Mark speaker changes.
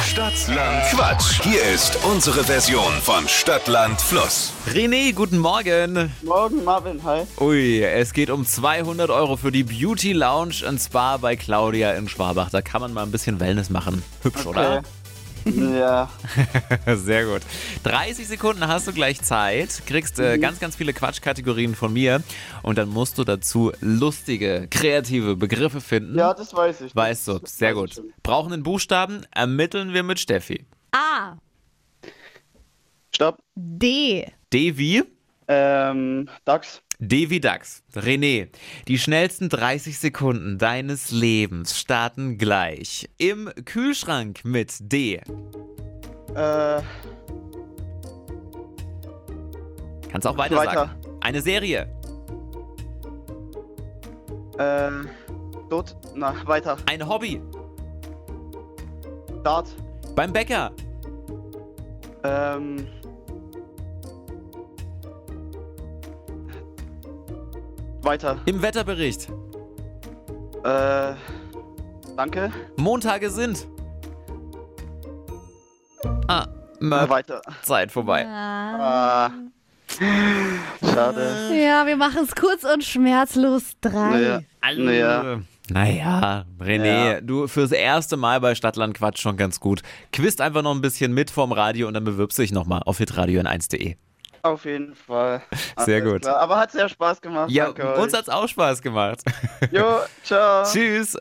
Speaker 1: Stadtland Quatsch. Hier ist unsere Version von Stadtland Fluss.
Speaker 2: René, guten Morgen.
Speaker 3: Morgen, Marvin, hi.
Speaker 2: Ui, es geht um 200 Euro für die Beauty Lounge und Spa bei Claudia in Schwabach. Da kann man mal ein bisschen Wellness machen. Hübsch,
Speaker 3: Äh, ja,
Speaker 2: oder? Sehr gut. 30 Sekunden hast du gleich Zeit, kriegst äh, ganz, ganz viele Quatschkategorien von mir und dann musst du dazu lustige, kreative Begriffe finden.
Speaker 3: ja, das weiß ich.
Speaker 2: Weißt du, sehr gut. Brauchen einen Buchstaben, ermitteln wir mit Steffi.
Speaker 4: A.
Speaker 3: Stopp.
Speaker 4: D.
Speaker 2: D wie?
Speaker 3: Ähm, Dax.
Speaker 2: Devi Dax, René, die schnellsten 30 Sekunden deines Lebens starten gleich. Im Kühlschrank mit D.
Speaker 3: Äh,
Speaker 2: Kannst auch weiter,
Speaker 3: Weiter.
Speaker 2: sagen. Eine Serie,
Speaker 3: ähm, Dot. Na, weiter.
Speaker 2: ein Hobby,
Speaker 3: Dart.
Speaker 2: beim Bäcker,
Speaker 3: Ähm. Weiter.
Speaker 2: im Wetterbericht.
Speaker 3: Äh, danke.
Speaker 2: Montage sind. Ah,
Speaker 3: Na,
Speaker 2: Möp,
Speaker 3: weiter.
Speaker 2: Zeit vorbei.
Speaker 4: Ja,
Speaker 3: Ah. Schade.
Speaker 4: wir machen es kurz und schmerzlos. Drei.
Speaker 3: Naja. Naja.
Speaker 2: Naja, René,
Speaker 3: Ja.
Speaker 2: du fürs erste Mal bei Stadtland Quatsch schon ganz gut. Quist einfach noch ein bisschen mit vorm Radio und dann bewirbst du dich nochmal auf hitradio in 1.de.
Speaker 3: Auf jeden Fall.
Speaker 2: Sehr
Speaker 3: Alles
Speaker 2: gut.
Speaker 3: Klar. Aber hat sehr Spaß gemacht.
Speaker 2: Ja,
Speaker 3: danke euch.
Speaker 2: uns hat's auch Spaß gemacht.
Speaker 3: Jo, ciao.
Speaker 2: Tschüss.